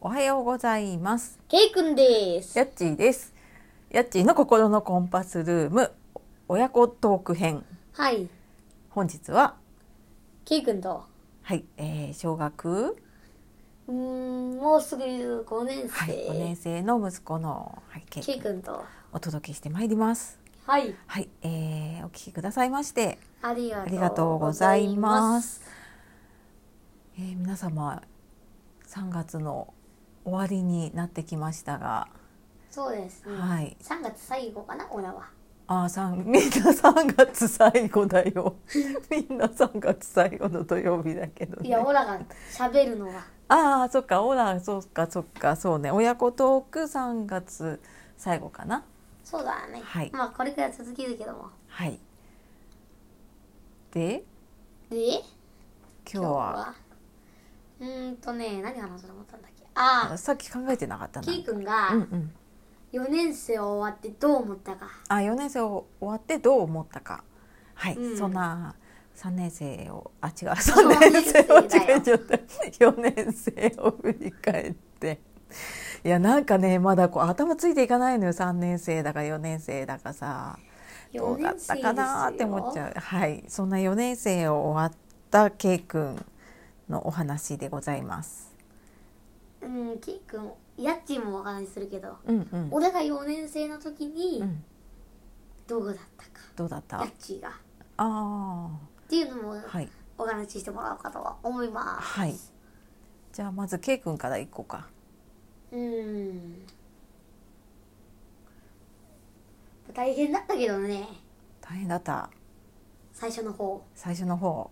おはようございますケイくんです。やっちーですやっちーの心のコンパスルーム親子トーク編はい。本日はケイくんと、はい、えー、小学うーん、もうすぐ5年はい生。 5年生の息子のはいけケイくんと、お届けしてまいりますはい。はい、えー、お聞きくださいましてありありががととううごござざいいまます。す。えー皆様3月の終わりになってきましたが、そうですね。はい。 3月最後かな、オナは。あーさんみんな3月最後だよ。 みんな3月最後の土曜日だけど、いねや、。オラが喋るのは。ああそっかオラそっかそっかそうね親子トーク3月最後かな。そうだね。はいまあ、これから続きるけども。はい。でで、今日は。うーんとね、何話そうと思ったんだっけ。あさっき考えてなかったあ、な。ケイくんうんうがん。 4年生を終わってどう思ったか。あ4年生を終わってどう思ったかはい、うんそんな3年生をあ違う う3年生を四年違生だようちょっと4年生を振り返っていやなんかねまだこう頭ついていかないのよ3年生だか4年生だかさど4うだっ年生たかなーって思っちう。ゃうはいそんな4年生を終わったけいくんのお話でございますうん、ケイくん、家賃もお話しするけど。うんうん、俺が4年生の時にうん、どうだったか、どうだったヤあッチーがっあていうのもーはいお話ししてもらおうかとは思いますはいじゃあまずけいくんからいこうかうーん大変だったけどね大変だった最初の方最初の方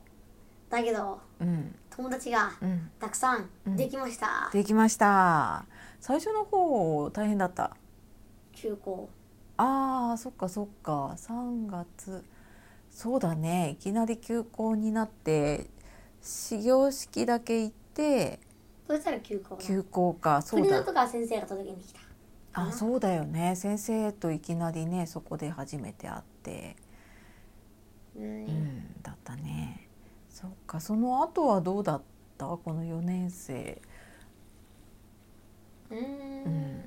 だけどうん友達がうんたくさんんできました、できました最初の方大変だった中高あーそっかそっか3月そうだねいきなり休校になって始業式だけ行ってそしたら休校だ休校かそう国のだとか先生が届けに来たあそうだよね先生といきなりねそこで初めて会ってううんんだったねそっかその後はどうだったこの4年生うーんうん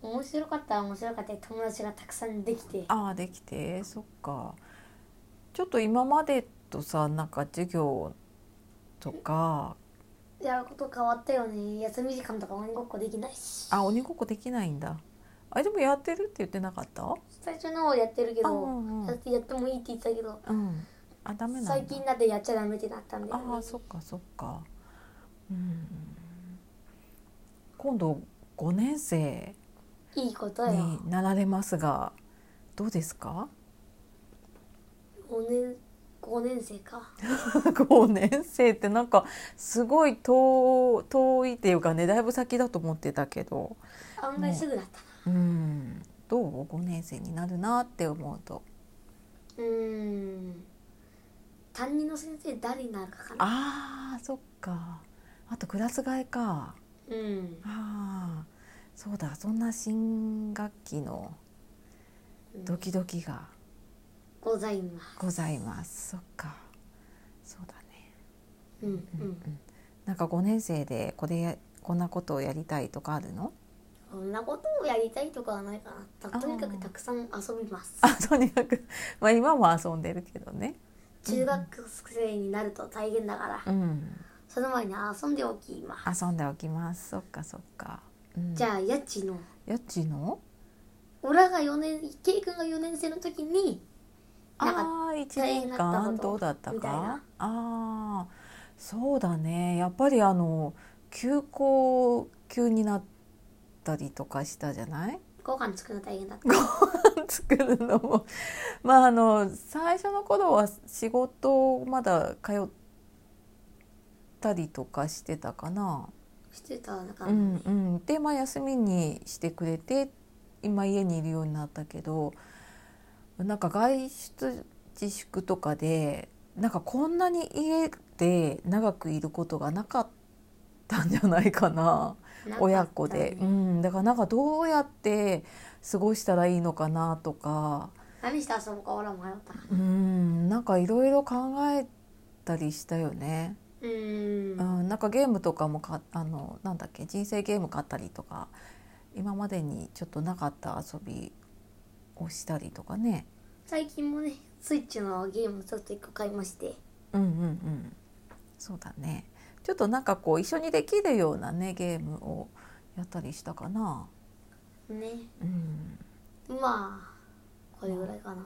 面白かったら面白かったで友達がたくさんできてああできてそっかちょっと今までとさなんか授業とかやること変わったよね休み時間とか鬼ごっこできないしあ鬼ごっこできないんだあでもやってるって言ってなかった最初の方やってるけあうどんうやっんてやってもいいって言ってたけどうんあダメなんだ最近になってやっちゃダメってなったんでああそっかそっかうん今度5年生いいことよ、になられますがどうですか 5年5年生か5年生ってなんかすごい遠遠いっていうかねだいぶ先だと思ってたけど案外すぐだっうたん、どう5年生になるなって思うとなうーん担任の先生誰になるかかなあーそっかあとクラス替えかうんあーそうだそんな新学期のドキドキがございますございますそっかそうだねうんうんなんか5年生でこれやこんなことをやりたいとかあるの こんなことをやりたいとかはないかなあたーとにかくたくさん遊びますあとにかく まあ今も遊んでるけどね中学生になると大変だからうんその前に遊んでおきます遊んでおきますそっかそっか、うん、じゃあ家賃のやっちの俺が4年ケイ君が4年生の時になんかああー一大変年だったこと間どうだったみたいかなああそうだねやっぱりあの休校急になったりとかしたじゃないご飯作るの大変だった 作るのもまああの最初の頃は仕事まだ通ったりとかしてたかな。してたなんか、うんうん、で、まあ、休みにしてくれて今家にいるようになったけどなんか外出自粛とかでなんかこんなに家で長くいることがなかったんじゃないかな親子で、うなんかあったねん、だからなんかどうやって過ごしたらいいのかなとか、何して遊ぶか俺も迷ったうん、なんかいろいろ考えたりしたよね。ううんん、なんかゲームとかもかあのなんだっけ人生ゲーム買ったりとか今までにちょっとなかった遊びをしたりとかね。最近もねスイッチのゲームちょっと一個買いましてうんうんうん、そうだねちょっとなんかこう一緒にできるようなねゲームをやったりしたかな。ねうんまあこれぐらいかな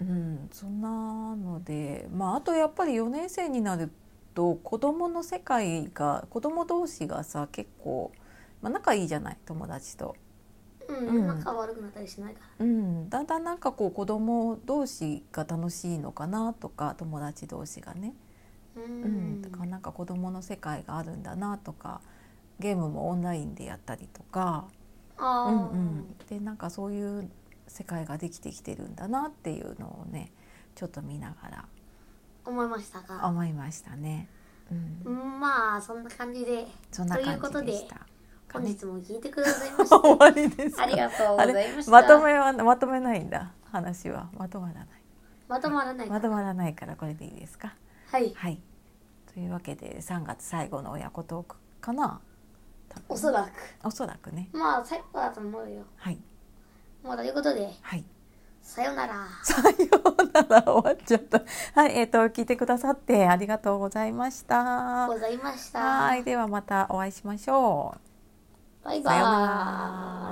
うん、そんなので、まあ、あとやっぱり4年生になると子供の世界が子供同士がさ結構、まあ、仲いいじゃない友達と、うん、うん仲悪くなったりしないからうん、だんだんなんかこう子供同士が楽しいのかなとか友達同士がね、ううんんとかなんか子供の世界があるんだなとかゲームもオンラインでやったりとか、うああ、んうん、でなんかそういう世界ができてきてるんだなっていうのをねちょっと見ながら思いましたか思いましたね。うん、まあそんな感じでそんな感じでした。本ね日も聞いてください まして終わりですか。ありがとうございましたまとめはまとめないんだ。話はまとまらない。まとまらないかまとまらないからこれでいいですか。はいはい。というわけで3月最後の親子トークかな。多分おそらおそらくね。くまあ最後だと思うよはいまあということではい。 さようならさようなら終わっちゃった。はいえっ、と聞いてくださってありがとうございました。ございましたはいではまたお会いしましょう。バイバさようなーらイ